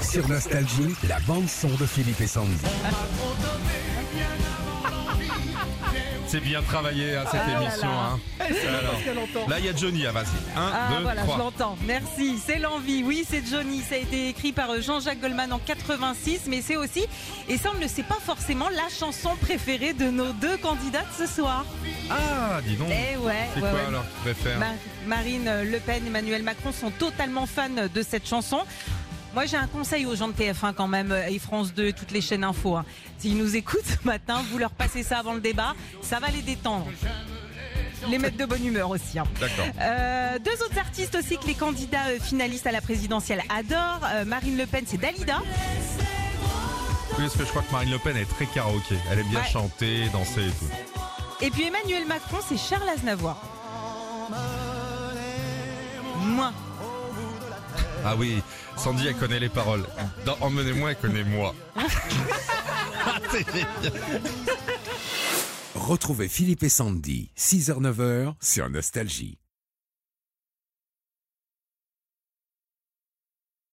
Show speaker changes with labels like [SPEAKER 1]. [SPEAKER 1] Sur Nostalgie, la bande-son de Philippe et Sandy.
[SPEAKER 2] C'est bien travaillé à cette
[SPEAKER 3] Ah
[SPEAKER 2] émission. hein.
[SPEAKER 3] Eh,
[SPEAKER 2] Alors, là, il y a Johnny. Ah, vas-y. Un,
[SPEAKER 3] Ah
[SPEAKER 2] deux,
[SPEAKER 3] voilà,
[SPEAKER 2] trois.
[SPEAKER 3] je l'entends. Merci. C'est l'envie. Oui, c'est Johnny. Ça a été écrit par euh, Jean-Jacques Goldman en 86, mais c'est aussi, et ça on ne le sait pas forcément, la chanson préférée de nos deux candidates ce soir.
[SPEAKER 2] Ah, dis donc.
[SPEAKER 3] Eh ouais, ouais,
[SPEAKER 2] C'est quoi
[SPEAKER 3] ouais.
[SPEAKER 2] alors que tu préfères
[SPEAKER 3] Ma- Marine Le Pen, Emmanuel Macron sont totalement fans de cette chanson. Moi, j'ai un conseil aux gens de TF1 quand même, euh, et France 2, toutes les chaînes info. hein. S'ils nous écoutent ce matin, vous leur passez ça avant le débat, ça va les détendre. Les mettre de bonne humeur aussi. hein.
[SPEAKER 2] D'accord.
[SPEAKER 3] Euh, deux autres artistes aussi que les candidats euh, finalistes à la présidentielle adorent. Euh, Marine Le Pen, c'est Dalida.
[SPEAKER 2] Oui, parce que je crois que Marine Le Pen est très karaoké. Elle aime bien
[SPEAKER 3] Ouais.
[SPEAKER 2] chanter, danser et tout.
[SPEAKER 3] Et puis Emmanuel Macron, c'est Charles Aznavour. Moins.
[SPEAKER 2] Ah oui, Sandy, elle connaît les paroles. Dans Emmenez-moi, elle connaît moi. C'est génial.
[SPEAKER 1] Retrouvez Philippe et Sandy, 6h-9h sur Nostalgie.